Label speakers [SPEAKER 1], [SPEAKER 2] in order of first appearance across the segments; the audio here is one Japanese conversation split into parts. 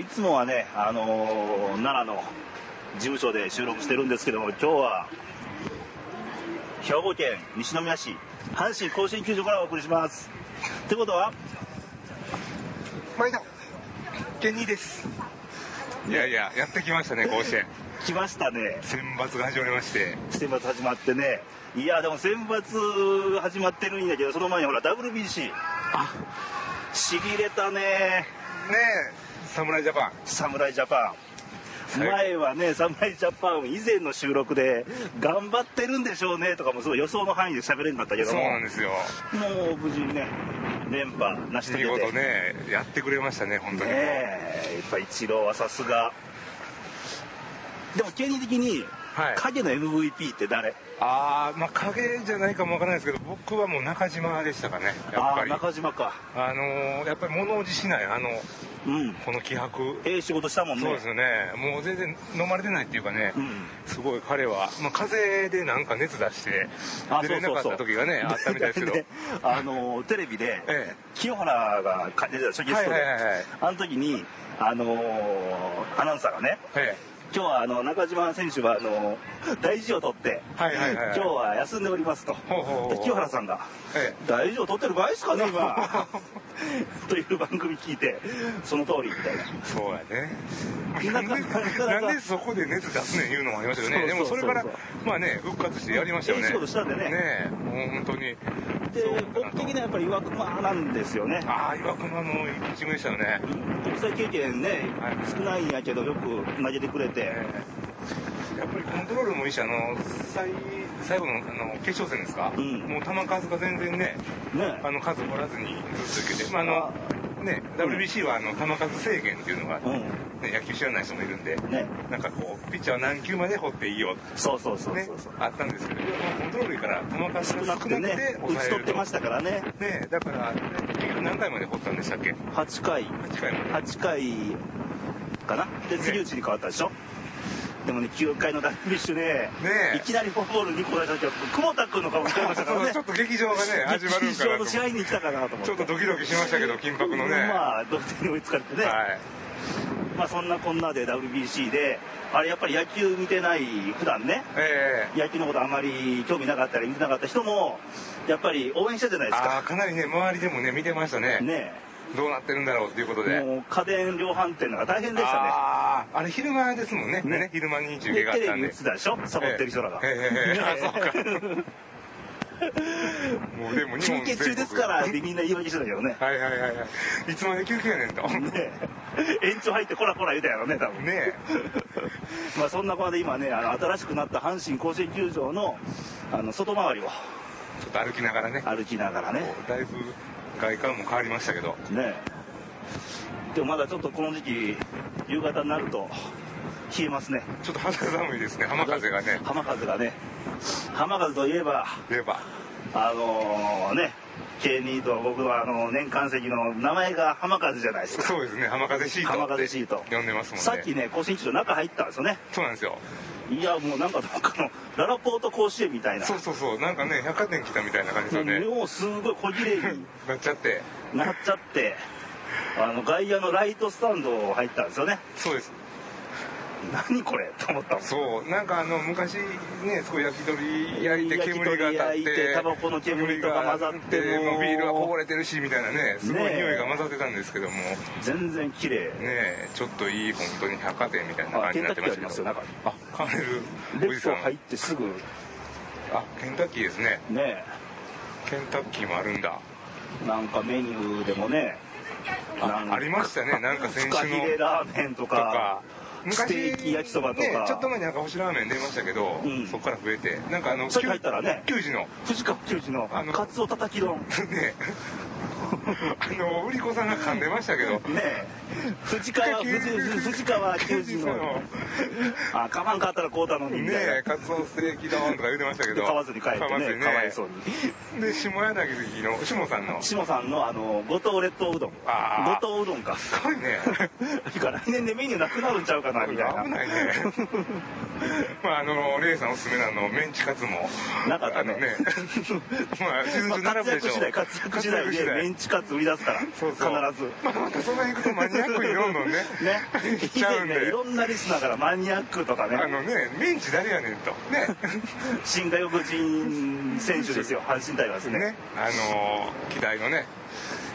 [SPEAKER 1] いつもはね、あのー奈良の事務所で収録してるんですけども、今日は、兵庫県西宮市、阪神甲子園球場からお送りします。ってことは、
[SPEAKER 2] 毎度ケニーです
[SPEAKER 3] いやいや、やってきましたね、甲子園。
[SPEAKER 1] 来ましたね。
[SPEAKER 3] 選抜が始まりまして。
[SPEAKER 1] 選抜始まってね。いや、でも選抜始まってるんやけど、その前にほら、WBC。しびれたね。
[SPEAKER 3] ねえ、侍ジャパン。
[SPEAKER 1] 侍ジャパン。
[SPEAKER 3] はい
[SPEAKER 1] 前はね、侍ジャパン以前の収録で、頑張ってるんでしょうねとかもすごい予想の範囲で喋れんかったけど
[SPEAKER 3] そう
[SPEAKER 1] も、
[SPEAKER 3] なんですよ。
[SPEAKER 1] もう無事にね、連覇成し遂
[SPEAKER 3] 見
[SPEAKER 1] げて、
[SPEAKER 3] 事ね、やってくれましたね、本当に。
[SPEAKER 1] ねえやっぱ一郎はさすが。でも、権利的に、
[SPEAKER 3] はい
[SPEAKER 1] 影の MVP って誰
[SPEAKER 3] ああ、まあ、影じゃないかもわからないですけど、僕はもう中島でしたかね、やっ
[SPEAKER 1] あ
[SPEAKER 3] ぱ
[SPEAKER 1] あ、
[SPEAKER 3] り。あ
[SPEAKER 1] 中島か。
[SPEAKER 3] のーやっぱり物おじしない、あの、
[SPEAKER 1] うん。
[SPEAKER 3] この気迫。
[SPEAKER 1] ええ仕事したもんね。
[SPEAKER 3] そうですよね。もう全然飲まれてないっていうかね、
[SPEAKER 1] うん
[SPEAKER 3] すごい彼は、まあ、風邪でなんか熱出して
[SPEAKER 1] あ、
[SPEAKER 3] 出れなかった時がね、あったみたいです けど、
[SPEAKER 1] であのテレビで、
[SPEAKER 3] ええ
[SPEAKER 1] 清原が出てた初ゲストで、
[SPEAKER 3] はいはいはいはい
[SPEAKER 1] あの時にあのーアナウンサーがね
[SPEAKER 3] え
[SPEAKER 1] 今日はあの中島選手はあの大事を取って、
[SPEAKER 3] はいはいはいはい
[SPEAKER 1] 今日は休んでおりますと
[SPEAKER 3] ほうほうほう
[SPEAKER 1] で清原さんが
[SPEAKER 3] え
[SPEAKER 1] 「大事を取ってる場合ですかね 今」という番組聞いてその通りみたいな
[SPEAKER 3] えそうやね。
[SPEAKER 1] な
[SPEAKER 3] なんん
[SPEAKER 1] か
[SPEAKER 3] で
[SPEAKER 1] なかなか
[SPEAKER 3] なんでそこで熱出すねん言うのもありましたよね。で
[SPEAKER 1] そう
[SPEAKER 3] も
[SPEAKER 1] そ
[SPEAKER 3] そう
[SPEAKER 1] そうそ
[SPEAKER 3] れ
[SPEAKER 1] う
[SPEAKER 3] から、まあね、復活してやりましたよ
[SPEAKER 1] いい
[SPEAKER 3] ね。
[SPEAKER 1] 仕事したんでね
[SPEAKER 3] ねえもう本当に。
[SPEAKER 1] で
[SPEAKER 3] そうかな
[SPEAKER 1] 僕
[SPEAKER 3] と
[SPEAKER 1] 的にはやっぱり岩隈なんですよね
[SPEAKER 3] ああ、岩隈の一部でしたよね。
[SPEAKER 1] 国際経験ね
[SPEAKER 3] はい
[SPEAKER 1] 少ないんやけどよく投げてくれて、
[SPEAKER 3] ええやっぱりコントロールもいいし、あの、最最後のあの決勝戦ですか、
[SPEAKER 1] うん
[SPEAKER 3] もう球数が全然ね、
[SPEAKER 1] ね
[SPEAKER 3] あの数折らずにずっといけて、まああのね、WBC はあの球数制限っていうのが、
[SPEAKER 1] うん
[SPEAKER 3] ね、野球知らない人もいるんで、
[SPEAKER 1] ね
[SPEAKER 3] なんかこう、ピッチャーは何球まで掘っていいよって
[SPEAKER 1] そうそうそう
[SPEAKER 3] ね
[SPEAKER 1] そうそう、
[SPEAKER 3] あったんですけど、コントロールいいから球数
[SPEAKER 1] 少
[SPEAKER 3] が
[SPEAKER 1] な
[SPEAKER 3] 少な
[SPEAKER 1] く
[SPEAKER 3] く
[SPEAKER 1] て
[SPEAKER 3] て
[SPEAKER 1] ね打
[SPEAKER 3] 抑
[SPEAKER 1] ち取
[SPEAKER 3] え
[SPEAKER 1] っ
[SPEAKER 3] ると
[SPEAKER 1] てましたからね
[SPEAKER 3] ね、だから、ね結局何回まで掘ったんでしたっけ
[SPEAKER 1] 8回
[SPEAKER 3] ?8 回まで。
[SPEAKER 1] 8回かなで
[SPEAKER 3] ね
[SPEAKER 1] 次打ちに変わったでしょでもね9回のダルビッシュで、
[SPEAKER 3] え
[SPEAKER 1] いきなりフォアボール2個出した時は久保田君の顔が違いましたから ね
[SPEAKER 3] ちょっと劇場がね、始まるん
[SPEAKER 1] 劇
[SPEAKER 3] か
[SPEAKER 1] 場
[SPEAKER 3] な
[SPEAKER 1] の
[SPEAKER 3] と。
[SPEAKER 1] 試合に来たかなと思って
[SPEAKER 3] ちょっとドキドキしましたけど、緊迫のね。
[SPEAKER 1] まあ同点に追いつかれてね、
[SPEAKER 3] はい。
[SPEAKER 1] まあそんなこんなで WBC であれやっぱり野球見てない普段ね
[SPEAKER 3] ええ
[SPEAKER 1] 野球のことあんまり興味なかったり見てなかった人もやっぱり応援したじゃないです
[SPEAKER 3] ああ、
[SPEAKER 1] か
[SPEAKER 3] かなりね、周りでもね、見てましたね。
[SPEAKER 1] ね
[SPEAKER 3] どうなってるんだろうということで。
[SPEAKER 1] えもう家電量販店なんか大変でしたね
[SPEAKER 3] ああ、あれ昼間ですもんね。
[SPEAKER 1] ね
[SPEAKER 3] ね昼間に中継
[SPEAKER 1] で
[SPEAKER 3] があ
[SPEAKER 1] テ
[SPEAKER 3] っ
[SPEAKER 1] レ
[SPEAKER 3] たん
[SPEAKER 1] ビ映っ
[SPEAKER 3] で
[SPEAKER 1] て。たでしょサボってる人らが、
[SPEAKER 3] ええ ええええあそうか
[SPEAKER 1] ね
[SPEAKER 3] もうでも日
[SPEAKER 1] 休
[SPEAKER 3] 本
[SPEAKER 1] 憩
[SPEAKER 3] 全国
[SPEAKER 1] 中ですからってみんな言い訳してたけどね
[SPEAKER 3] はいはいはいはい。いつまで休憩やねんと。ね
[SPEAKER 1] ねえ延長入ってこらこら言うたやろね多分ね
[SPEAKER 3] え。
[SPEAKER 1] まあそんなことで今ねあの新しくなった阪神甲子園球場のあの外回りを
[SPEAKER 3] ちょっと歩きながらね。
[SPEAKER 1] 歩きながらね
[SPEAKER 3] こうだいぶ外観も変わりましたけど。
[SPEAKER 1] ねえでもまだちょっとこの時期夕方になると冷えますね
[SPEAKER 3] ちょっと肌寒いですね、浜風がね。
[SPEAKER 1] 浜風がね浜風といえば
[SPEAKER 3] レバ
[SPEAKER 1] あのね K2 と僕はあの年間席の名前が浜風じゃないですか
[SPEAKER 3] そうですね、浜風シート。
[SPEAKER 1] 浜風シート
[SPEAKER 3] 呼んでますもんね。
[SPEAKER 1] さっきね甲子園球場中入ったんですよね
[SPEAKER 3] そうなんですよ。
[SPEAKER 1] いやもうなんかどっかのララポート甲子園みたいな
[SPEAKER 3] そうそうそう。なんかね、百貨店来たみたいな感じですよね。
[SPEAKER 1] もうすごい小切れに
[SPEAKER 3] なっちゃって。
[SPEAKER 1] なっちゃってあの外野のライトスタンド入ったんですよね
[SPEAKER 3] そうです。
[SPEAKER 1] 何これと思ったもん
[SPEAKER 3] そうなんかあの昔ねすごい焼き鳥焼いて煙が立
[SPEAKER 1] 焼
[SPEAKER 3] っ
[SPEAKER 1] き鳥焼いて
[SPEAKER 3] て
[SPEAKER 1] タバコの煙とか混ざって
[SPEAKER 3] 煙が
[SPEAKER 1] も
[SPEAKER 3] 立も
[SPEAKER 1] う
[SPEAKER 3] うビールがこぼれてるしみたいなねすごい
[SPEAKER 1] ねえ
[SPEAKER 3] 匂いが混ざってたんですけどもね
[SPEAKER 1] 全然綺麗
[SPEAKER 3] えちょっといい本当に百貨店みたいな
[SPEAKER 1] あ
[SPEAKER 3] 感
[SPEAKER 1] ケ
[SPEAKER 3] じに
[SPEAKER 1] ン
[SPEAKER 3] な
[SPEAKER 1] タ
[SPEAKER 3] っ
[SPEAKER 1] ッキ
[SPEAKER 3] て
[SPEAKER 1] ー
[SPEAKER 3] ま
[SPEAKER 1] あ
[SPEAKER 3] し
[SPEAKER 1] ります
[SPEAKER 3] たけ
[SPEAKER 1] よ
[SPEAKER 3] ど
[SPEAKER 1] 中に
[SPEAKER 3] あカーネルお
[SPEAKER 1] レ
[SPEAKER 3] じ
[SPEAKER 1] フ
[SPEAKER 3] さ
[SPEAKER 1] ト
[SPEAKER 3] ん
[SPEAKER 1] 入ってすぐね
[SPEAKER 3] あケンタッキーですね
[SPEAKER 1] え
[SPEAKER 3] ケンタッキーもあるんだ
[SPEAKER 1] なんかメニューでもねなんか
[SPEAKER 3] ありましたねなんか
[SPEAKER 1] フ
[SPEAKER 3] 先
[SPEAKER 1] カ
[SPEAKER 3] 週
[SPEAKER 1] ヒ
[SPEAKER 3] の
[SPEAKER 1] レラーメンと
[SPEAKER 3] と
[SPEAKER 1] か
[SPEAKER 3] か
[SPEAKER 1] ステーキ焼きそばとか
[SPEAKER 3] ねちょっと前に赤星ラーメン出ましたけど、
[SPEAKER 1] うん
[SPEAKER 3] そこから増えてなんかあの
[SPEAKER 1] それ入ったらね
[SPEAKER 3] 球児の
[SPEAKER 1] 藤川球児の
[SPEAKER 3] あの
[SPEAKER 1] カツオたたき丼
[SPEAKER 3] ねあの売り子さんが噛んでましたけど
[SPEAKER 1] ねえ藤川藤藤川球児のあかまんかったらこうだのにみ
[SPEAKER 3] ね
[SPEAKER 1] たいな、
[SPEAKER 3] えカツオステーキ丼とか言ってましたけ
[SPEAKER 1] で
[SPEAKER 3] ど
[SPEAKER 1] 買わずに帰ってね
[SPEAKER 3] 買わずに
[SPEAKER 1] かわいそうに
[SPEAKER 3] で下柳の下さんの
[SPEAKER 1] 下さんのあの五島列島うどん
[SPEAKER 3] あー
[SPEAKER 1] 五島うどんか
[SPEAKER 3] すごいね
[SPEAKER 1] てか来年でメニューなくなるんちゃうかなみたいな
[SPEAKER 3] 危ないねまああのレイさんおすすめなあのメンチカツも
[SPEAKER 1] なかったね
[SPEAKER 3] あのね まあシーズン
[SPEAKER 1] まあ
[SPEAKER 3] 中並
[SPEAKER 1] 活
[SPEAKER 3] ぶで
[SPEAKER 1] 躍次
[SPEAKER 3] しょ
[SPEAKER 1] 第活躍次第でメンチカツ売り出すから
[SPEAKER 3] そうそう
[SPEAKER 1] 必ず。
[SPEAKER 3] まあまたその辺行くとマニアックにどんどんね
[SPEAKER 1] ね
[SPEAKER 3] 行っ、
[SPEAKER 1] 以
[SPEAKER 3] ちゃう
[SPEAKER 1] 前
[SPEAKER 3] ん
[SPEAKER 1] ね、 い
[SPEAKER 3] で
[SPEAKER 1] ろんなリスナーからマニアックとか
[SPEAKER 3] あ
[SPEAKER 1] ね、
[SPEAKER 3] のねメンチ誰やねんとね
[SPEAKER 1] 新外国人選手ですよ、阪神タイガースね。
[SPEAKER 3] ねあのー期待のね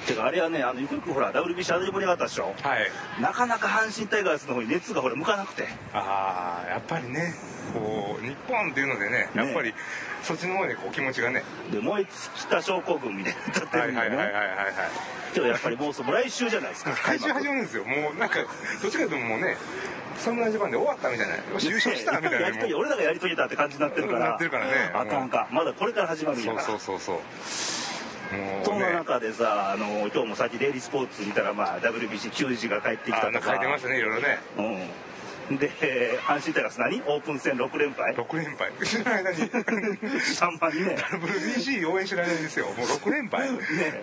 [SPEAKER 1] てか、あれはね、あの、ゆくゆくほら、WBC 始まりがあったでしょ。
[SPEAKER 3] はい
[SPEAKER 1] なかなか阪神タイガースの方に熱がほら向かなくて、
[SPEAKER 3] ああやっぱりねこう日本っていうのでね
[SPEAKER 1] ね
[SPEAKER 3] やっぱりそっちの方でこう気持ちがね
[SPEAKER 1] で、燃え尽きた症候群みたいになっ
[SPEAKER 3] は
[SPEAKER 1] てる
[SPEAKER 3] いはい
[SPEAKER 1] ん
[SPEAKER 3] は
[SPEAKER 1] だ
[SPEAKER 3] い
[SPEAKER 1] よ
[SPEAKER 3] はいはい
[SPEAKER 1] ね。
[SPEAKER 3] はい
[SPEAKER 1] けどやっぱりもうそもう来週じゃないですか。
[SPEAKER 3] 回収
[SPEAKER 1] 開幕
[SPEAKER 3] 始まるんですよもうなんかどっちかというともうね侍ジャパンで終わったみたいなよし優勝したみたいな
[SPEAKER 1] やりとり
[SPEAKER 3] もう
[SPEAKER 1] 俺らがやり遂げたって感じになってるから
[SPEAKER 3] なってるからね
[SPEAKER 1] あかんかまだこれから始まるん
[SPEAKER 3] そ
[SPEAKER 1] や
[SPEAKER 3] う
[SPEAKER 1] から
[SPEAKER 3] そうそうそうも
[SPEAKER 1] そん
[SPEAKER 3] う
[SPEAKER 1] な
[SPEAKER 3] ね
[SPEAKER 1] 中でさあの今日もさっきデイリースポーツ見たら、まあ、WBC 球児が帰ってき
[SPEAKER 3] あ
[SPEAKER 1] た
[SPEAKER 3] んな
[SPEAKER 1] と
[SPEAKER 3] 書
[SPEAKER 1] か
[SPEAKER 3] いてましたねいろいろね
[SPEAKER 1] うん、で阪神タイガース何オープン戦6連敗
[SPEAKER 3] 6連敗知らない間に
[SPEAKER 1] 3番にね
[SPEAKER 3] WBC 応援してられないんですよもう6連敗もう
[SPEAKER 1] ね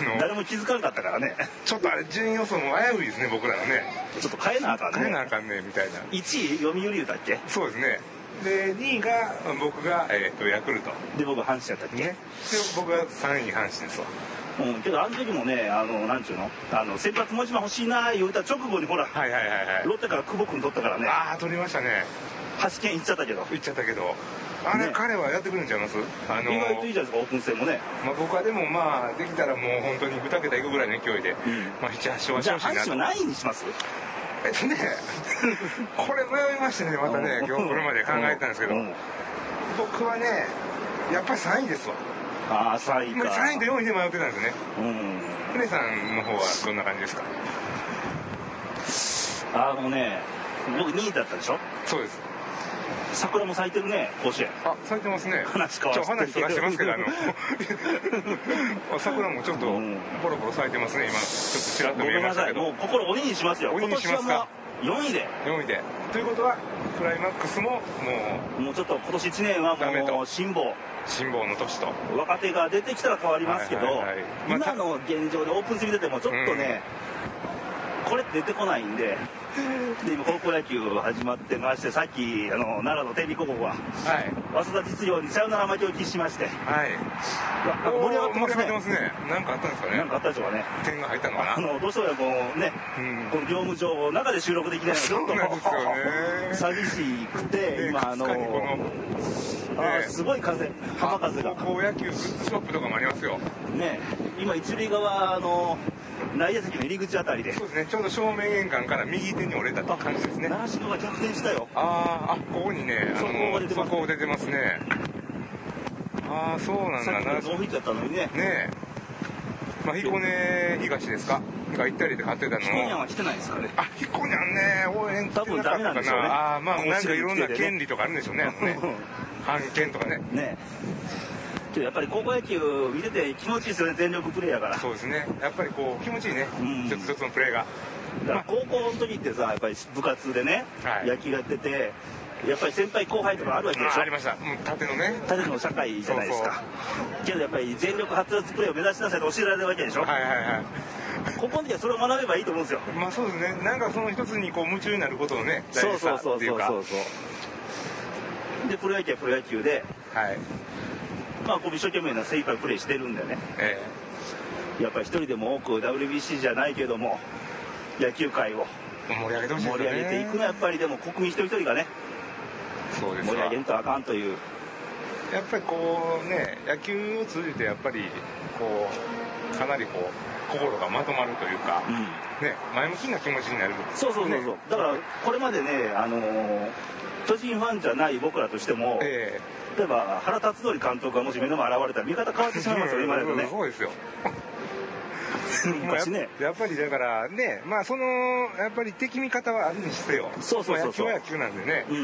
[SPEAKER 3] あの
[SPEAKER 1] 誰も気づかなかったからね
[SPEAKER 3] ちょっとあれ順位予想も危ういですね僕らのね
[SPEAKER 1] ちょっと変えなあかん
[SPEAKER 3] 変えな
[SPEAKER 1] ね
[SPEAKER 3] あかんねみたいな
[SPEAKER 1] 1位読売だっけ
[SPEAKER 3] そうですねで2位が僕が、えー、とヤクルト
[SPEAKER 1] で僕阪神やったっけ、
[SPEAKER 3] ねで僕が3位阪神ですわ
[SPEAKER 1] うん、けどあの時もねあのなんちゅうのあの先発もう一枚欲しいなー言うた直後にほら
[SPEAKER 3] はいはいはいはい
[SPEAKER 1] ロッテから久保君取ったからね
[SPEAKER 3] ああ取りましたね
[SPEAKER 1] 8件いっちゃったけど
[SPEAKER 3] 言っちゃったけどあれ、
[SPEAKER 1] ね
[SPEAKER 3] 彼はやってくるんちゃいますあの
[SPEAKER 1] 意外といいじゃないですかオープン戦もね
[SPEAKER 3] まあ、僕はでもまあできたらもう本当に2桁いくぐらいの勢いで、
[SPEAKER 1] ん
[SPEAKER 3] まあ、78勝はし
[SPEAKER 1] じ
[SPEAKER 3] て
[SPEAKER 1] ゃあ
[SPEAKER 3] ほし
[SPEAKER 1] 阪
[SPEAKER 3] いな
[SPEAKER 1] 神
[SPEAKER 3] と
[SPEAKER 1] は何位にします
[SPEAKER 3] えっとねこれ迷いましてねまたね
[SPEAKER 1] うん
[SPEAKER 3] 今日これまで考えてたんですけど、
[SPEAKER 1] うう
[SPEAKER 3] 僕はねやっぱり3位ですわ
[SPEAKER 1] ああ3位
[SPEAKER 3] ま
[SPEAKER 1] か
[SPEAKER 3] あ3位と4位で迷ってたんですね
[SPEAKER 1] うん
[SPEAKER 3] 船さんの方はどんな感じですか
[SPEAKER 1] あのね僕2位だったでしょ
[SPEAKER 3] そうです
[SPEAKER 1] 桜も咲いてるね甲子園
[SPEAKER 3] あ咲いてますね
[SPEAKER 1] 話変わ
[SPEAKER 3] ち
[SPEAKER 1] って
[SPEAKER 3] ょ話そらしてますけどあの あ桜もちょっと
[SPEAKER 1] うん
[SPEAKER 3] ポロポロ咲いてますね今ちょっとちらっと
[SPEAKER 1] ご
[SPEAKER 3] 見
[SPEAKER 1] め
[SPEAKER 3] え
[SPEAKER 1] ん
[SPEAKER 3] ま
[SPEAKER 1] な
[SPEAKER 3] した
[SPEAKER 1] さ
[SPEAKER 3] け
[SPEAKER 1] いも
[SPEAKER 3] ど
[SPEAKER 1] う心鬼にしますよ
[SPEAKER 3] 鬼にしますか
[SPEAKER 1] 今年はもう4位で
[SPEAKER 3] 4位でということはクライマックスももう
[SPEAKER 1] もうちょっと今年1年は
[SPEAKER 3] ダメ
[SPEAKER 1] もう
[SPEAKER 3] と
[SPEAKER 1] 辛抱
[SPEAKER 3] 辛抱の年と
[SPEAKER 1] 若手が出てきたら変わりますけど、
[SPEAKER 3] はいはいはいまあ
[SPEAKER 1] 今の現状でオープン戦見ててもちょっとね、これって出てこないんでで今高校野球始まってましてさっきあの奈良の天理高校が
[SPEAKER 3] はい
[SPEAKER 1] 早稲田実業にサヨナラ負けを喫しまして
[SPEAKER 3] はい。
[SPEAKER 1] なんか盛り上がってますね
[SPEAKER 3] ね。なんかあったんですか
[SPEAKER 1] なん
[SPEAKER 3] ね。
[SPEAKER 1] かあったでしょうかね
[SPEAKER 3] 点が入ったの
[SPEAKER 1] あ
[SPEAKER 3] かな。
[SPEAKER 1] のどうしてももうね、
[SPEAKER 3] うん
[SPEAKER 1] この業務上中で収録できないのがちょっと
[SPEAKER 3] そうなんです
[SPEAKER 1] 寂しくて
[SPEAKER 3] で
[SPEAKER 1] 今あの
[SPEAKER 3] かすかにこの
[SPEAKER 1] あー
[SPEAKER 3] ね
[SPEAKER 1] すごい風浜風が
[SPEAKER 3] 高校野球グッズショップとかもありますよ。
[SPEAKER 1] ね今一塁側あの内野席の入り口あたりで
[SPEAKER 3] そうですね。ちょうど正面玄関から右手に折れたって感じですね。
[SPEAKER 1] 習志野が逆転したよ
[SPEAKER 3] あーあ、ここにね、あ
[SPEAKER 1] 速報が出
[SPEAKER 3] の
[SPEAKER 1] てます
[SPEAKER 3] 速報出てますね。ああ、そうなん
[SPEAKER 1] さっ
[SPEAKER 3] だ
[SPEAKER 1] きのノ
[SPEAKER 3] な。
[SPEAKER 1] ーヒットだったのにね
[SPEAKER 3] ねえ。まあ彦根東ですか。が行ったりで買ってたのを
[SPEAKER 1] ヒコニャンは来てないですかね
[SPEAKER 3] あ、ひこにゃんね、応援来てなか
[SPEAKER 1] 多
[SPEAKER 3] った
[SPEAKER 1] 分ダメ
[SPEAKER 3] か
[SPEAKER 1] なんでしょうね
[SPEAKER 3] な。あーまあ、なんかいろんな
[SPEAKER 1] 面白い規定でね
[SPEAKER 3] 権利とかあるんでしょうね。あのね判権とかね。
[SPEAKER 1] ねけどやっぱり高校野球見てて気持ちいいですよね全力プレーやから
[SPEAKER 3] そうですね。やっぱりこう、気持ちいいね
[SPEAKER 1] うん。
[SPEAKER 3] 一つ一つのプレーが。
[SPEAKER 1] だから高校の時ってさやっぱり部活でね、
[SPEAKER 3] はい
[SPEAKER 1] 野球やっててやっぱり先輩後輩とかあるわけでし
[SPEAKER 3] あ
[SPEAKER 1] ょ
[SPEAKER 3] ありました。うん、縦のね。
[SPEAKER 1] ただの社会じゃないですかけどやっぱり全力発達プレーを目指しなさいと教えられるわけでしょ、
[SPEAKER 3] はいはいは
[SPEAKER 1] 高校の時はそれを学べばいいと思うんですよ
[SPEAKER 3] い。まあそうですね。なんかその一つにこう、夢中になることをね、大
[SPEAKER 1] そう
[SPEAKER 3] 事
[SPEAKER 1] そ
[SPEAKER 3] さ
[SPEAKER 1] うそ
[SPEAKER 3] っ
[SPEAKER 1] う
[SPEAKER 3] てい
[SPEAKER 1] そうう
[SPEAKER 3] か。
[SPEAKER 1] そ
[SPEAKER 3] は
[SPEAKER 1] うでプロ野球はプロ野球で、
[SPEAKER 3] い。
[SPEAKER 1] まあ、こう一生懸命な精一杯プレーしてるんでね
[SPEAKER 3] え
[SPEAKER 1] やっぱり一人でも多く WBC じゃないけども野球界を
[SPEAKER 3] え盛り上げてほしいです
[SPEAKER 1] 盛
[SPEAKER 3] よ
[SPEAKER 1] り
[SPEAKER 3] ね。
[SPEAKER 1] 上げていくのはやっぱりでも国民一人一人がね
[SPEAKER 3] そうです
[SPEAKER 1] 盛り上
[SPEAKER 3] わ
[SPEAKER 1] げんとあかんという
[SPEAKER 3] やっぱりこうね、野球を通じてやっぱり、こう、かなりこう、心がまとまるというか、
[SPEAKER 1] うん
[SPEAKER 3] ね、前向きな気持ちになる。
[SPEAKER 1] そうそうそうそう、
[SPEAKER 3] ね
[SPEAKER 1] だからこれまでね、あのー巨人ファンじゃない僕らとしても、
[SPEAKER 3] え
[SPEAKER 1] 例えば原辰徳監督がもし目の前に現れたら見方変わって
[SPEAKER 3] え
[SPEAKER 1] しまいますよね今だとね
[SPEAKER 3] そうですよ。
[SPEAKER 1] 昔ね
[SPEAKER 3] やっぱりだからねまあそのやっぱり敵味方はあるにせよ
[SPEAKER 1] そうそうそうそう
[SPEAKER 3] まあ野球は野球なんでね、
[SPEAKER 1] う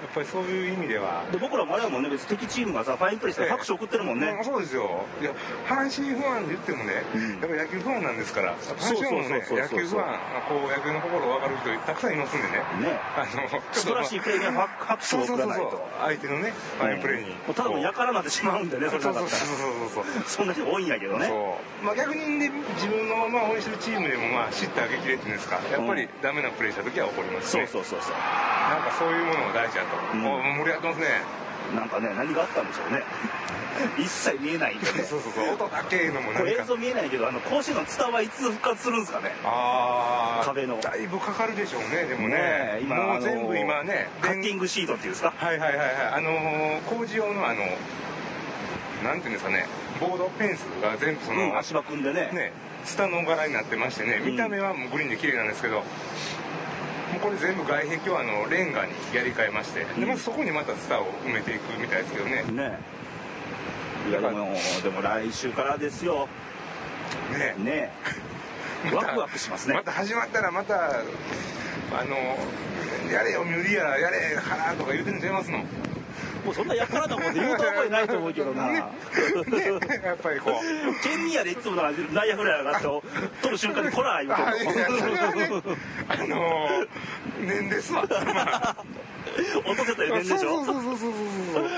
[SPEAKER 3] やっ
[SPEAKER 1] ん
[SPEAKER 3] ぱりそういう意味では
[SPEAKER 1] で僕らもあれやもんね別に敵チームがさファインプレーして拍手送ってるもん
[SPEAKER 3] まあ
[SPEAKER 1] ね、
[SPEAKER 3] そうですよいや阪神ファンで言ってもね、
[SPEAKER 1] うん
[SPEAKER 3] やっぱ野球ファンなんですから阪神ファンもね
[SPEAKER 1] そうそうそうそう
[SPEAKER 3] 野球ファンこう野球の心を分かる人たくさんいますんでね
[SPEAKER 1] ね
[SPEAKER 3] あの
[SPEAKER 1] 素晴らしいプレーには拍拍手
[SPEAKER 3] そ
[SPEAKER 1] を
[SPEAKER 3] うそ
[SPEAKER 1] 送
[SPEAKER 3] う
[SPEAKER 1] ら
[SPEAKER 3] そう
[SPEAKER 1] ない
[SPEAKER 3] そう
[SPEAKER 1] と
[SPEAKER 3] 相手のねファインプレーに、
[SPEAKER 1] うんもうただのやからになってしまうんでねそ
[SPEAKER 3] そ
[SPEAKER 1] れな
[SPEAKER 3] うそう
[SPEAKER 1] か
[SPEAKER 3] そ
[SPEAKER 1] っ
[SPEAKER 3] う
[SPEAKER 1] たらそん
[SPEAKER 3] そうそうそう
[SPEAKER 1] な人多いんやけどね
[SPEAKER 3] そうまあ、逆に、ね、自分のまあ応援してるチームでもまあ知ってあげきれっていうんですかやっぱりダメなプレーした時は怒ります
[SPEAKER 1] そ
[SPEAKER 3] ね
[SPEAKER 1] うそうそうそう
[SPEAKER 3] なんかそういうものも大事だと、
[SPEAKER 1] うん
[SPEAKER 3] もう盛り上がってますね
[SPEAKER 1] なんかね何があったんでしょうね 一切見えないんでね
[SPEAKER 3] そうそうそう音だけのも
[SPEAKER 1] こ
[SPEAKER 3] 何
[SPEAKER 1] れ映
[SPEAKER 3] か
[SPEAKER 1] 像見えないけどあの甲子園の伝はいつ復活するんですかね
[SPEAKER 3] ああ
[SPEAKER 1] 壁の
[SPEAKER 3] だいぶかかるでしょうねでもね
[SPEAKER 1] ねえ今
[SPEAKER 3] も
[SPEAKER 1] あの
[SPEAKER 3] う全部今ね
[SPEAKER 1] カッティングシートっていうんですか
[SPEAKER 3] はいはいはいはいあのー工事用のあのなんていうんですかねボードペンスが全部その、
[SPEAKER 1] うん足場組んでね
[SPEAKER 3] ねツタの柄になってましてね
[SPEAKER 1] うん
[SPEAKER 3] 見た目はもうグリーンで綺麗なんですけど、もうこれ全部外壁をあのレンガにやり替えまして、
[SPEAKER 1] う
[SPEAKER 3] で
[SPEAKER 1] ん
[SPEAKER 3] まずそこにまたツタを埋めていくみたいですけどね
[SPEAKER 1] ねいやでもでも来週からですよ
[SPEAKER 3] ね
[SPEAKER 1] ね
[SPEAKER 3] また
[SPEAKER 1] ワクワクしますね
[SPEAKER 3] また始まったらまたあのやれよミュリアラやれハラとか言うてんちゃいますの
[SPEAKER 1] もうそんなやからなこと言うた覚えないと思うけどな、
[SPEAKER 3] ねねやっぱりこう
[SPEAKER 1] 県民やでいつもな内野フライ上がって取る瞬間にこらー言
[SPEAKER 3] あいやそれは
[SPEAKER 1] う
[SPEAKER 3] ね
[SPEAKER 1] と
[SPEAKER 3] あのー念で すわ、まあ
[SPEAKER 1] 落とせたら言えんでし
[SPEAKER 3] そう
[SPEAKER 1] ょ
[SPEAKER 3] そうそうそうそうそうも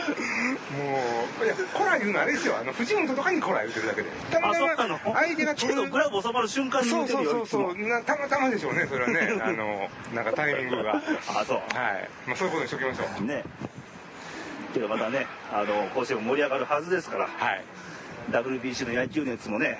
[SPEAKER 3] ういやコラ言うのあれですよあの藤本とかにコラ言うてるだけでた
[SPEAKER 1] あ
[SPEAKER 3] ま
[SPEAKER 1] そったか
[SPEAKER 3] ま
[SPEAKER 1] の
[SPEAKER 3] 相手が
[SPEAKER 1] 手のグラブ収まる瞬間に言
[SPEAKER 3] そう
[SPEAKER 1] て
[SPEAKER 3] そ
[SPEAKER 1] る
[SPEAKER 3] う
[SPEAKER 1] よ
[SPEAKER 3] そうそうなたまたまでしょうねそれはねあのなんかタイミングがはい、
[SPEAKER 1] あそう
[SPEAKER 3] まあ、そういうことにしときましょう
[SPEAKER 1] ねけどまたねあの甲子園も盛り上がるはずですから
[SPEAKER 3] はい
[SPEAKER 1] WBC の野球熱もね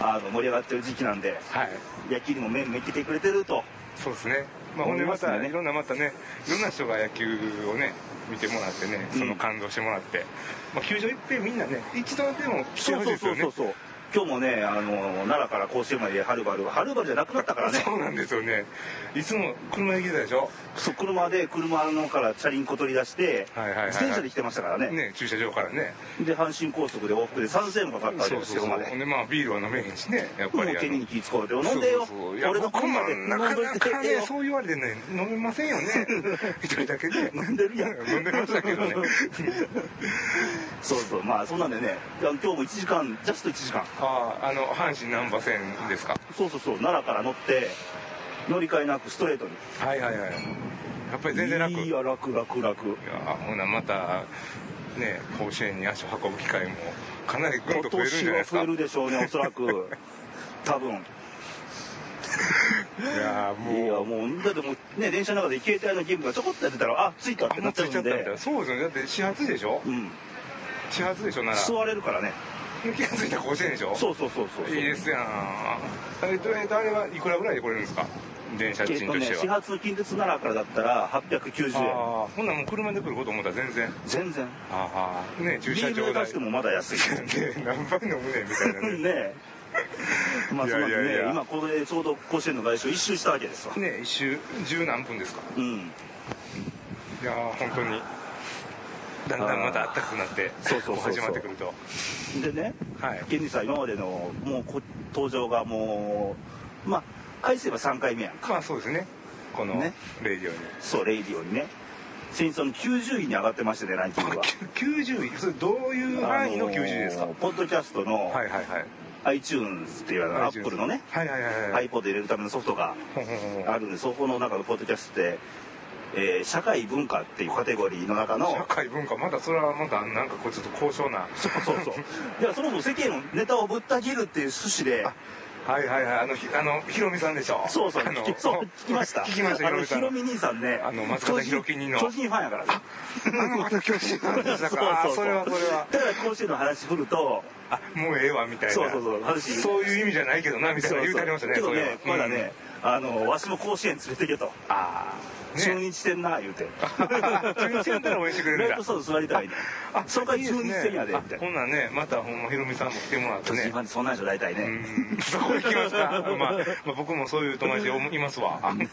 [SPEAKER 1] あの盛り上がってる時期なんで
[SPEAKER 3] はい
[SPEAKER 1] 野球にも面向けてくれてると
[SPEAKER 3] そうですねまあほんでま
[SPEAKER 1] 思い
[SPEAKER 3] た
[SPEAKER 1] ますね
[SPEAKER 3] いろんなまたねいろんな人が野球をね見てもらってねその感動してもらって、まあ、球場行ってみんなね一度でも来て
[SPEAKER 1] そ
[SPEAKER 3] ほ
[SPEAKER 1] う
[SPEAKER 3] し
[SPEAKER 1] そ
[SPEAKER 3] い
[SPEAKER 1] う
[SPEAKER 3] です
[SPEAKER 1] そ
[SPEAKER 3] よ
[SPEAKER 1] う
[SPEAKER 3] ね
[SPEAKER 1] そうそう今日もねあの奈良から甲子園まではるばるはるばるじゃなくなったからね
[SPEAKER 3] そうなんですよね。いつも車で来てたでしょ。
[SPEAKER 1] そう車で車のからチャリンコ取り出して、
[SPEAKER 3] はいはいはいはい
[SPEAKER 1] 自転車で来てましたからね
[SPEAKER 3] ね、駐車場からね。
[SPEAKER 1] で阪神高速で往復で3000円もかかったわけですよまで
[SPEAKER 3] ほんで、まあ、ビールは飲めへんしね、やっぱ
[SPEAKER 1] もう
[SPEAKER 3] り。
[SPEAKER 1] 手に気ぃ使うて
[SPEAKER 3] あ
[SPEAKER 1] 飲んでよ
[SPEAKER 3] そうそうそういや
[SPEAKER 1] 俺の
[SPEAKER 3] 僕
[SPEAKER 1] 分
[SPEAKER 3] も
[SPEAKER 1] まで飲
[SPEAKER 3] な
[SPEAKER 1] ん
[SPEAKER 3] か
[SPEAKER 1] どい
[SPEAKER 3] な
[SPEAKER 1] てく
[SPEAKER 3] か
[SPEAKER 1] れて
[SPEAKER 3] ね
[SPEAKER 1] よ、
[SPEAKER 3] そう言われてね、飲めませ んよね。一人だけね。
[SPEAKER 1] 飲んでるやん
[SPEAKER 3] 飲んでました けどね。
[SPEAKER 1] そうそうまあそんなんでねいや今日も1時間ジャスト1時間
[SPEAKER 3] ああ、あの、阪神難波線ですか。
[SPEAKER 1] そうそうそう奈良から乗って乗り換えなくストレートに
[SPEAKER 3] はいはいはい。やっぱり全然楽。
[SPEAKER 1] い
[SPEAKER 3] い
[SPEAKER 1] や
[SPEAKER 3] や、
[SPEAKER 1] 楽楽楽
[SPEAKER 3] ほな、また、ね、甲子園に足を運ぶ機会も、かなりぐん
[SPEAKER 1] 今
[SPEAKER 3] と増えるんじ
[SPEAKER 1] 年
[SPEAKER 3] ゃない
[SPEAKER 1] は
[SPEAKER 3] です
[SPEAKER 1] 増
[SPEAKER 3] か
[SPEAKER 1] え。るでしょうねおそらく多分
[SPEAKER 3] いやー、
[SPEAKER 1] いや
[SPEAKER 3] もう。
[SPEAKER 1] もうだってもうね電車の中で携帯のゲームがちょこっとやってたらあ着いたっ
[SPEAKER 3] あ
[SPEAKER 1] て
[SPEAKER 3] も
[SPEAKER 1] な
[SPEAKER 3] う
[SPEAKER 1] っ
[SPEAKER 3] つ
[SPEAKER 1] ちゃう
[SPEAKER 3] いちゃ
[SPEAKER 1] ん
[SPEAKER 3] ったみたい
[SPEAKER 1] で
[SPEAKER 3] なそうですよねだって始発でしょ
[SPEAKER 1] うん
[SPEAKER 3] 始発でしょなら
[SPEAKER 1] 座れるからね
[SPEAKER 3] 気が付いたら甲子園でしょ
[SPEAKER 1] そうそうそうそう
[SPEAKER 3] いいですやんえっとえっとあれはいくらぐらいで来れるんですか電車
[SPEAKER 1] え
[SPEAKER 3] 賃
[SPEAKER 1] っと
[SPEAKER 3] と
[SPEAKER 1] ね
[SPEAKER 3] して
[SPEAKER 1] 始
[SPEAKER 3] は、
[SPEAKER 1] 発近鉄奈良からだったら890円
[SPEAKER 3] ああほんならもう車で来ること思ったら全然
[SPEAKER 1] 全然
[SPEAKER 3] ああね
[SPEAKER 1] ビ
[SPEAKER 3] 駐車
[SPEAKER 1] ー
[SPEAKER 3] 場
[SPEAKER 1] ルで
[SPEAKER 3] 代
[SPEAKER 1] 出してもまだ安い
[SPEAKER 3] ね何杯飲むねんみたいな
[SPEAKER 1] ね
[SPEAKER 3] ね
[SPEAKER 1] えまあ
[SPEAKER 3] い
[SPEAKER 1] そ
[SPEAKER 3] や
[SPEAKER 1] うなん
[SPEAKER 3] い
[SPEAKER 1] で
[SPEAKER 3] やいや
[SPEAKER 1] ね今これちょうど甲子園の外周一周したわけですわ
[SPEAKER 3] ね一周十何分ですか
[SPEAKER 1] うん
[SPEAKER 3] いやー本当にだんだんまた暖かくなって
[SPEAKER 1] そうそうそうそう
[SPEAKER 3] 始まってくると
[SPEAKER 1] でね
[SPEAKER 3] はい
[SPEAKER 1] 現実さん今までのもうこ登場がもうまあ返せば3回目やん
[SPEAKER 3] まあそうですねこの
[SPEAKER 1] ね
[SPEAKER 3] レディオに、
[SPEAKER 1] そうレイディオにね先日その90位に上がってましてねランキングは
[SPEAKER 3] 90位それどういう範囲の90位ですか、
[SPEAKER 1] あのーポッドキャストの
[SPEAKER 3] はいはいはい。
[SPEAKER 1] iTunes っていうのアップルのね。
[SPEAKER 3] はいはいはいはい。
[SPEAKER 1] iPod で入れるためのソフトが
[SPEAKER 3] ほんほんほん
[SPEAKER 1] あるんでそこの中のポッドキャストって、えー社会文化っていうカテゴリーの中の
[SPEAKER 3] 社会文化まだそれはまだなんかこうちょっと高尚な。
[SPEAKER 1] そうそうそう いやそもそも世間のネタをぶった切るっていう趣旨で
[SPEAKER 3] はいはいはいあのひあのひろみさんでしょ。
[SPEAKER 1] そうそう
[SPEAKER 3] あ
[SPEAKER 1] 聞
[SPEAKER 3] の
[SPEAKER 1] きそう聞きました
[SPEAKER 3] 聞きました
[SPEAKER 1] あ
[SPEAKER 3] ひろ
[SPEAKER 1] の
[SPEAKER 3] みさ
[SPEAKER 1] ひ
[SPEAKER 3] ん。
[SPEAKER 1] ろみ兄さんね
[SPEAKER 3] あの松方弘樹兄の
[SPEAKER 1] 巨人ファンやからね
[SPEAKER 3] あの方巨人なんでしたか。あーそれはそれは。
[SPEAKER 1] ただ甲子園の話振ると
[SPEAKER 3] あもうええわみたいな。
[SPEAKER 1] そうそうそう話
[SPEAKER 3] そういう意味じゃないけどなみたいな言うてありましたね。
[SPEAKER 1] けど
[SPEAKER 3] それ
[SPEAKER 1] ねま
[SPEAKER 3] は
[SPEAKER 1] だ。ね、あのわしも甲子園連れてけと
[SPEAKER 3] ああ。
[SPEAKER 1] 中
[SPEAKER 3] ね。
[SPEAKER 1] 日戦な言うて
[SPEAKER 3] 中日戦やったら応援してくれるんだ
[SPEAKER 1] ライトスタンド座りたいね
[SPEAKER 3] あ
[SPEAKER 1] それから
[SPEAKER 3] いい
[SPEAKER 1] 中
[SPEAKER 3] です
[SPEAKER 1] 日
[SPEAKER 3] ね
[SPEAKER 1] 戦やでみたい
[SPEAKER 3] あほんならねまたほんまひろみさんも来てもらって
[SPEAKER 1] な、ね、
[SPEAKER 3] ね
[SPEAKER 1] フ。ァンってそんなんじゃ大体ね、
[SPEAKER 3] うんそこ行 きますか、まあ、まあ僕もそういう友達いますわ、
[SPEAKER 1] ね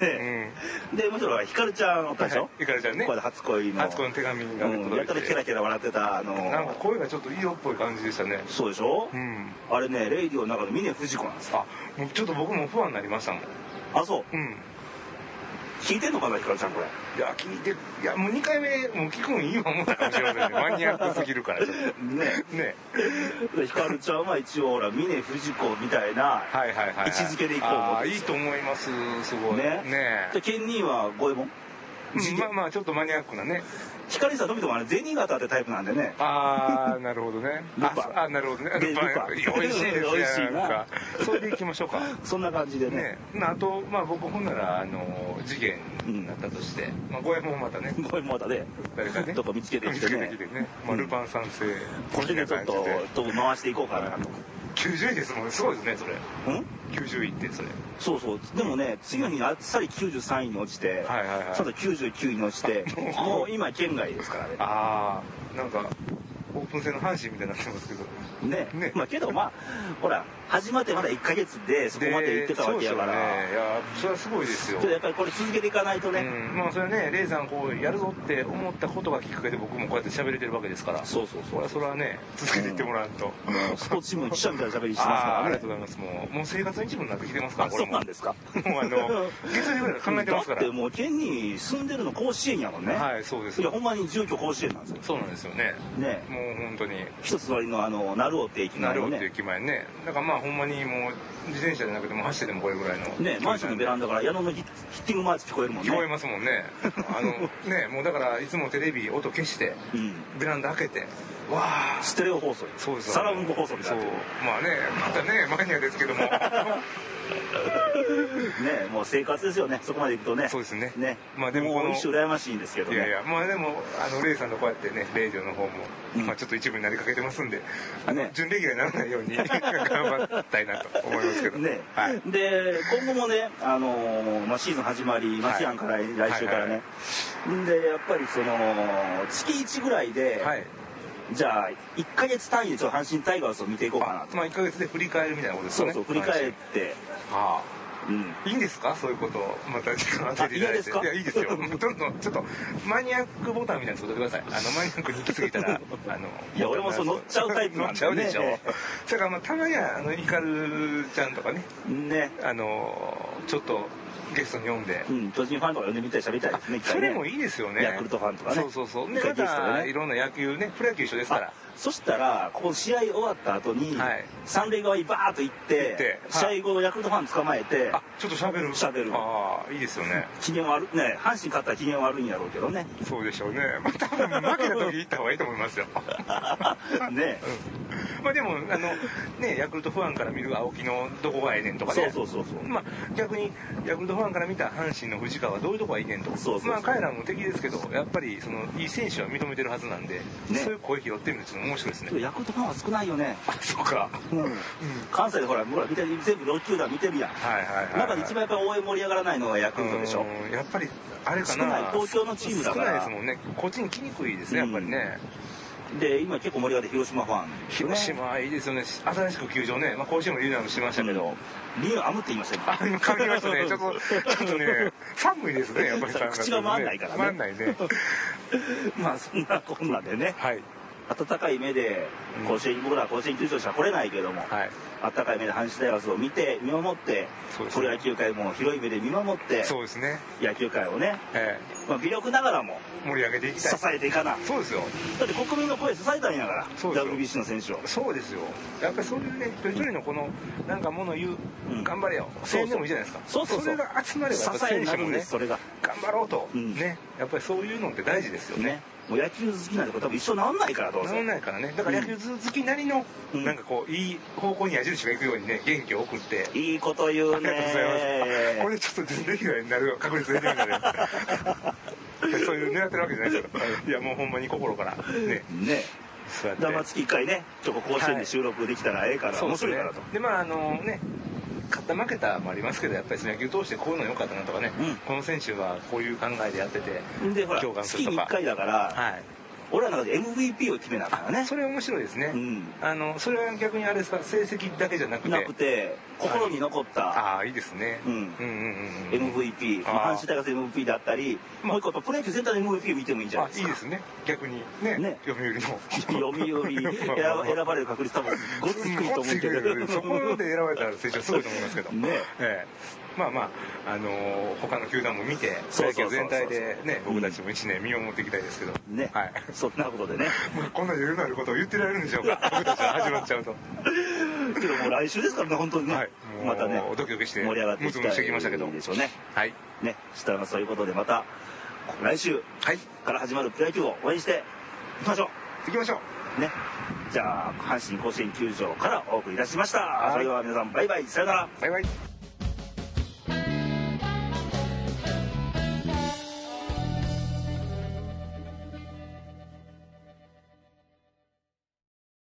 [SPEAKER 1] でもちろんひかるちゃんおったでしょ、
[SPEAKER 3] はいひかるちゃんね
[SPEAKER 1] これ初恋
[SPEAKER 3] う
[SPEAKER 1] の
[SPEAKER 3] ん初子の手紙がね
[SPEAKER 1] うん、やっ
[SPEAKER 3] 届い
[SPEAKER 1] たらケ
[SPEAKER 3] て
[SPEAKER 1] ラケラ笑ってたあの
[SPEAKER 3] なんか声がちょっと色っぽい感じでしたね
[SPEAKER 1] そうでしょ、
[SPEAKER 3] うん
[SPEAKER 1] あれねレイディオの中の峰不二子なんですよ
[SPEAKER 3] あもうちょっと僕も不安になりましたもん
[SPEAKER 1] あそう
[SPEAKER 3] うん
[SPEAKER 1] 聞いてんのかなひかるちゃんこれ
[SPEAKER 3] いや聞いていやもう2回目もう聞くんいいわ思ったかもしれませんねマニアックすぎるからちょっ
[SPEAKER 1] ね
[SPEAKER 3] とね
[SPEAKER 1] でひかるちゃんは一応ほら峰不二子みたいな、
[SPEAKER 3] はいはいはい、はい、
[SPEAKER 1] 位置づけでいこう思って
[SPEAKER 3] ああいいと思いますすごい
[SPEAKER 1] ね
[SPEAKER 3] ね
[SPEAKER 1] でケンニーは五右衛門
[SPEAKER 3] うんまあまあちょっとマニアックなね
[SPEAKER 1] 光さん、富田もあれ、銭形ってタイプなんでね。
[SPEAKER 3] あー、なるほどね。
[SPEAKER 1] ルパ
[SPEAKER 3] あ、あなるほどね。
[SPEAKER 1] でルパ
[SPEAKER 3] 美味しいですね。
[SPEAKER 1] 美味しいな
[SPEAKER 3] なんかそれで行きましょうか。
[SPEAKER 1] そんな感じでね。
[SPEAKER 3] ね、あと、まあ、僕ほんなら、あの、次元になったとして、まあ、五右衛門またね、
[SPEAKER 1] こういうまたね、
[SPEAKER 3] 誰かね、
[SPEAKER 1] とこ見つけてきてね
[SPEAKER 3] 見つけねまあ、ルパン三世、
[SPEAKER 1] これでちょっと
[SPEAKER 3] みたいな感じで、
[SPEAKER 1] と回していこうかなと。
[SPEAKER 3] 90位ですもんね、すごいですね、それ。
[SPEAKER 1] うん
[SPEAKER 3] 90位って、それ。
[SPEAKER 1] そうそう。でもね、次の日あっさり93位に落ちて、
[SPEAKER 3] はいはいはい
[SPEAKER 1] その後99位に落ち て、
[SPEAKER 3] あもう
[SPEAKER 1] もう今県外ですからね。
[SPEAKER 3] ああ、なんか、オープン戦の阪神みたいになってますけど。
[SPEAKER 1] ね
[SPEAKER 3] ね
[SPEAKER 1] まあけどまあ、ほら、始まってまだ1ヶ月でそこまで行ってたわけやから、
[SPEAKER 3] でそうですよね、いや、それはすごいです
[SPEAKER 1] ちょ
[SPEAKER 3] よ
[SPEAKER 1] っと。やっぱりこれ続けていかないとね、
[SPEAKER 3] うん、まあそれはね、レイさんこうやるぞって思ったことがきっかけで僕もこうやって喋れてるわけですから。
[SPEAKER 1] そうそうそう
[SPEAKER 3] それはそれはね、続けていってもらうと。
[SPEAKER 1] もうスポーツチームの記者みたいな喋りしてます
[SPEAKER 3] あーあ
[SPEAKER 1] から
[SPEAKER 3] り
[SPEAKER 1] ね
[SPEAKER 3] がと。うございます。もう、もう生活の一部になってきてますから、
[SPEAKER 1] あ、
[SPEAKER 3] こ
[SPEAKER 1] そ
[SPEAKER 3] れ
[SPEAKER 1] う
[SPEAKER 3] も。も
[SPEAKER 1] なんですか。
[SPEAKER 3] うあの、月曜日ぐらいから考えてますか
[SPEAKER 1] だっ
[SPEAKER 3] ら
[SPEAKER 1] て。もう県に住んでるの甲子園やもんね。
[SPEAKER 3] はい、そうです
[SPEAKER 1] いや、。ほんまに住居甲子園なんですよ。
[SPEAKER 3] そうなんですよね。
[SPEAKER 1] ね
[SPEAKER 3] もう本当に、
[SPEAKER 1] 一つ隣のあの、鳴尾って駅
[SPEAKER 3] な
[SPEAKER 1] 前
[SPEAKER 3] る
[SPEAKER 1] の
[SPEAKER 3] っていう
[SPEAKER 1] ね。
[SPEAKER 3] 駅前ね。だからまあほんまにもう、自転車じゃなくても走っててもこれぐらいの。
[SPEAKER 1] ねマンションのベランダから矢野のヒヒッティングマーチ聞こえるもんね。
[SPEAKER 3] 聞こえますもんね。あの、ね、もうだからいつもテレビ音消して、
[SPEAKER 1] うん。
[SPEAKER 3] ベランダ開けて、わー
[SPEAKER 1] ステレオ放送
[SPEAKER 3] そうですよ
[SPEAKER 1] サラウンド放送みた
[SPEAKER 3] そう
[SPEAKER 1] いな。ね
[SPEAKER 3] まあねまたねマニアですけど も
[SPEAKER 1] もう生活ですよね。そこまで行くとね。
[SPEAKER 3] そうですね
[SPEAKER 1] ね。
[SPEAKER 3] まあで
[SPEAKER 1] も
[SPEAKER 3] もこ
[SPEAKER 1] う
[SPEAKER 3] の
[SPEAKER 1] 一種羨ましいんですけど
[SPEAKER 3] い
[SPEAKER 1] ね。
[SPEAKER 3] やいやまあでもあのレイさんのこうやってねレイジョの方も、
[SPEAKER 1] うん
[SPEAKER 3] まあちょっと一部になりかけてますんであの、
[SPEAKER 1] ね
[SPEAKER 3] 準レギュラーにならな いように頑張ったいなと思いますけど
[SPEAKER 1] ね
[SPEAKER 3] はい
[SPEAKER 1] で今後もね、あのーまあ、シーズン始まりますやんか、ら来週からね、でやっぱりその月1ぐらいで、
[SPEAKER 3] はい
[SPEAKER 1] じゃあ1か月単位でちょっと阪神タイガースを見ていこうかな
[SPEAKER 3] あ
[SPEAKER 1] と、
[SPEAKER 3] まあ1か月で振り返るみたいなことです
[SPEAKER 1] そう
[SPEAKER 3] よね
[SPEAKER 1] そう振り返っ
[SPEAKER 3] 話
[SPEAKER 1] て、
[SPEAKER 3] あ
[SPEAKER 1] うん、
[SPEAKER 3] あいいんですかそういうことをまた時間当てていただいて
[SPEAKER 1] あ
[SPEAKER 3] いやい
[SPEAKER 1] いい
[SPEAKER 3] い
[SPEAKER 1] で
[SPEAKER 3] ですす
[SPEAKER 1] か
[SPEAKER 3] よもうどんどんちょっとマニアックボタンみたいなの作ってくださいあのマニアックに行き過ぎ たらあの
[SPEAKER 1] いや俺もそう乗っちゃうタイプなんだよね
[SPEAKER 3] 乗っちゃうでしょそれからまあたまにはあのヒカルちゃんとかね
[SPEAKER 1] ね、
[SPEAKER 3] あのちょっとゲストに読んで、
[SPEAKER 1] うん、巨人ファンとか呼んでみたり喋りたいですね、一回
[SPEAKER 3] そ
[SPEAKER 1] ね
[SPEAKER 3] れもいいですよね
[SPEAKER 1] ヤクルトファンとかね
[SPEAKER 3] そうそうそう
[SPEAKER 1] 一
[SPEAKER 3] で
[SPEAKER 1] 回
[SPEAKER 3] ま
[SPEAKER 1] ゲストで
[SPEAKER 3] た
[SPEAKER 1] ね
[SPEAKER 3] いろんな野球ねプロ野球一緒ですから
[SPEAKER 1] あそしたらこう試合終わった後に、
[SPEAKER 3] はい
[SPEAKER 1] 三塁側にバーッと行って
[SPEAKER 3] 行ってはい
[SPEAKER 1] 試合後のヤクルトファン捕まえて
[SPEAKER 3] あちょっと喋る
[SPEAKER 1] 喋る
[SPEAKER 3] ああいいですよね
[SPEAKER 1] 機嫌悪いね阪神勝ったら機嫌悪いんやろうけど ね
[SPEAKER 3] そうでしょうねまあ多分負けた時行った方がいいと思いますよ
[SPEAKER 1] ね
[SPEAKER 3] まあでもあのねヤクルトファンから見る青木のどこがええねんとかね
[SPEAKER 1] そうそうそうそう
[SPEAKER 3] まあ逆にヤクルトファンから見た阪神の藤川はどういうとこがいいねんと
[SPEAKER 1] そうそうそう
[SPEAKER 3] まあ彼らも敵ですけどやっぱりそのいい選手は認めてるはずなんで、
[SPEAKER 1] ね
[SPEAKER 3] そういう声拾ってるのちょっと面白いですね
[SPEAKER 1] でもヤクルトファンは少ないよね、
[SPEAKER 3] あそうか
[SPEAKER 1] 関西でほらほら見て全部6球団見てるやん
[SPEAKER 3] はいはいはい、はい、
[SPEAKER 1] 中で一番やっぱ応援盛り上がらないのはヤクルトでしょ
[SPEAKER 3] うんやっぱりあれか
[SPEAKER 1] 少ない
[SPEAKER 3] な
[SPEAKER 1] 東京のチームだから
[SPEAKER 3] 少ないですもんねこっちに来にくいですねやっぱりね、
[SPEAKER 1] で今結構盛り上がって広島ファン、ね、
[SPEAKER 3] 広島はいいですよね新しく球場ね、まあ、甲子園もリーダーもしましたけど、
[SPEAKER 1] リンアムって言いましたよ
[SPEAKER 3] あ今感じ ましたねちょっとちょっとね寒いですねやっぱり
[SPEAKER 1] そう
[SPEAKER 3] 3月
[SPEAKER 1] 口が回んないからね
[SPEAKER 3] 回んないね
[SPEAKER 1] まあそんなこんなでね
[SPEAKER 3] はい
[SPEAKER 1] 温かい目で
[SPEAKER 3] うん
[SPEAKER 1] 甲子園僕らは甲子園球場しか来れないけども、
[SPEAKER 3] はい
[SPEAKER 1] 温かい目で阪神タイガースを見て見守って
[SPEAKER 3] そうです
[SPEAKER 1] プ
[SPEAKER 3] ね
[SPEAKER 1] ロ野球界も広い目で見守って
[SPEAKER 3] そうですね
[SPEAKER 1] 野球界をね、
[SPEAKER 3] え
[SPEAKER 1] まあ、微力ながらも
[SPEAKER 3] え盛り上げていき
[SPEAKER 1] 支
[SPEAKER 3] たい
[SPEAKER 1] えていかな
[SPEAKER 3] そうですよ
[SPEAKER 1] だって国民の声支えたんやから
[SPEAKER 3] そうですよ
[SPEAKER 1] WBC の選手を
[SPEAKER 3] そうですよやっぱりそういうね一人一人のこのなんかもの言う、
[SPEAKER 1] うん
[SPEAKER 3] 頑張れよ
[SPEAKER 1] そうそう
[SPEAKER 3] 声援でもいいじゃないですか
[SPEAKER 1] そうそうそう
[SPEAKER 3] れが集まれば
[SPEAKER 1] 支
[SPEAKER 3] やっぱ
[SPEAKER 1] えに
[SPEAKER 3] 選
[SPEAKER 1] な
[SPEAKER 3] 手
[SPEAKER 1] る
[SPEAKER 3] も
[SPEAKER 1] んで
[SPEAKER 3] ね
[SPEAKER 1] すそれが
[SPEAKER 3] 頑張ろうと、
[SPEAKER 1] うん
[SPEAKER 3] ねやっぱりそういうのって大事ですよね
[SPEAKER 1] ねもう野球好きなんてこと多分一生なんないからどう
[SPEAKER 3] な
[SPEAKER 1] せ
[SPEAKER 3] らないからねだから野球好きなりの、
[SPEAKER 1] うん
[SPEAKER 3] なんかこういい方向に矢印がいくようにね元気を送って、
[SPEAKER 1] いいこと言う
[SPEAKER 3] ありがとうございますあこ
[SPEAKER 1] ね
[SPEAKER 3] れちょっと準レギュラーになる確率出てるんだねそういう狙ってるわけじゃないですけどいやもうほんまに心からね
[SPEAKER 1] ね
[SPEAKER 3] そうやって
[SPEAKER 1] だから月1回ねちょっと甲子園
[SPEAKER 3] は
[SPEAKER 1] で
[SPEAKER 3] い
[SPEAKER 1] 収録できたらええから、
[SPEAKER 3] そう
[SPEAKER 1] 面
[SPEAKER 3] です
[SPEAKER 1] 白い
[SPEAKER 3] ね
[SPEAKER 1] からと。
[SPEAKER 3] でまああのね勝った負けたもありますけどやっぱりその野球通してこういうの良かったなとかね、
[SPEAKER 1] うん
[SPEAKER 3] この選手はこういう考えでやってて
[SPEAKER 1] でほら
[SPEAKER 3] 共感す
[SPEAKER 1] 月
[SPEAKER 3] ると
[SPEAKER 1] に
[SPEAKER 3] か
[SPEAKER 1] 1回だから、
[SPEAKER 3] はい
[SPEAKER 1] 俺らの中で MVP を決めなあからね
[SPEAKER 3] それ面白いですね、
[SPEAKER 1] うん
[SPEAKER 3] あのそれは逆にあれですか成績だけじゃなくて
[SPEAKER 1] なくて心に残った、
[SPEAKER 3] ああいいですね、
[SPEAKER 1] うん
[SPEAKER 3] うんうんうんうん
[SPEAKER 1] MVP、
[SPEAKER 3] あー
[SPEAKER 1] まあ、阪神タイガース MVP だったり、
[SPEAKER 3] まあ
[SPEAKER 1] もう一個やっぱプロ野球全体の MVP 見てもいいんじゃな
[SPEAKER 3] あ
[SPEAKER 1] いです
[SPEAKER 3] いい
[SPEAKER 1] か。
[SPEAKER 3] ですね逆にね
[SPEAKER 1] ね
[SPEAKER 3] 読売の
[SPEAKER 1] 読みより 選ば選ばれる確率多分ごつ低いと思うけ
[SPEAKER 3] うんそこ
[SPEAKER 1] ど。
[SPEAKER 3] で選ばれた選手はすごいと思いますけど
[SPEAKER 1] ね
[SPEAKER 3] ええまあまあ、あのー他の球団も見てプ
[SPEAKER 1] そ
[SPEAKER 3] ロ
[SPEAKER 1] う
[SPEAKER 3] 野
[SPEAKER 1] そうそうそう
[SPEAKER 3] 球全体でね僕たちも一年身をもっていきたいですけど、
[SPEAKER 1] ね、
[SPEAKER 3] はい
[SPEAKER 1] そんなことでね。
[SPEAKER 3] まあこんな余裕のあることを言ってられるんでしょうか僕たちは始まっちゃうと
[SPEAKER 1] けどもう来週ですからね、本当にね。
[SPEAKER 3] はいも
[SPEAKER 1] ま
[SPEAKER 3] う
[SPEAKER 1] たね、
[SPEAKER 3] ドキドキして
[SPEAKER 1] 盛り上がっていきたい
[SPEAKER 3] ムズムズしてきましたけど
[SPEAKER 1] でしょうね。
[SPEAKER 3] はい
[SPEAKER 1] ね、したらそういうことでまた、来週
[SPEAKER 2] はい
[SPEAKER 1] から始まるプロ野球を応援していきましょ
[SPEAKER 2] 行きましょう
[SPEAKER 1] うねじゃあ阪神甲子園球場からお送りいたしました、
[SPEAKER 2] い
[SPEAKER 1] それでは皆さんバイバイさよなら
[SPEAKER 2] バイバイ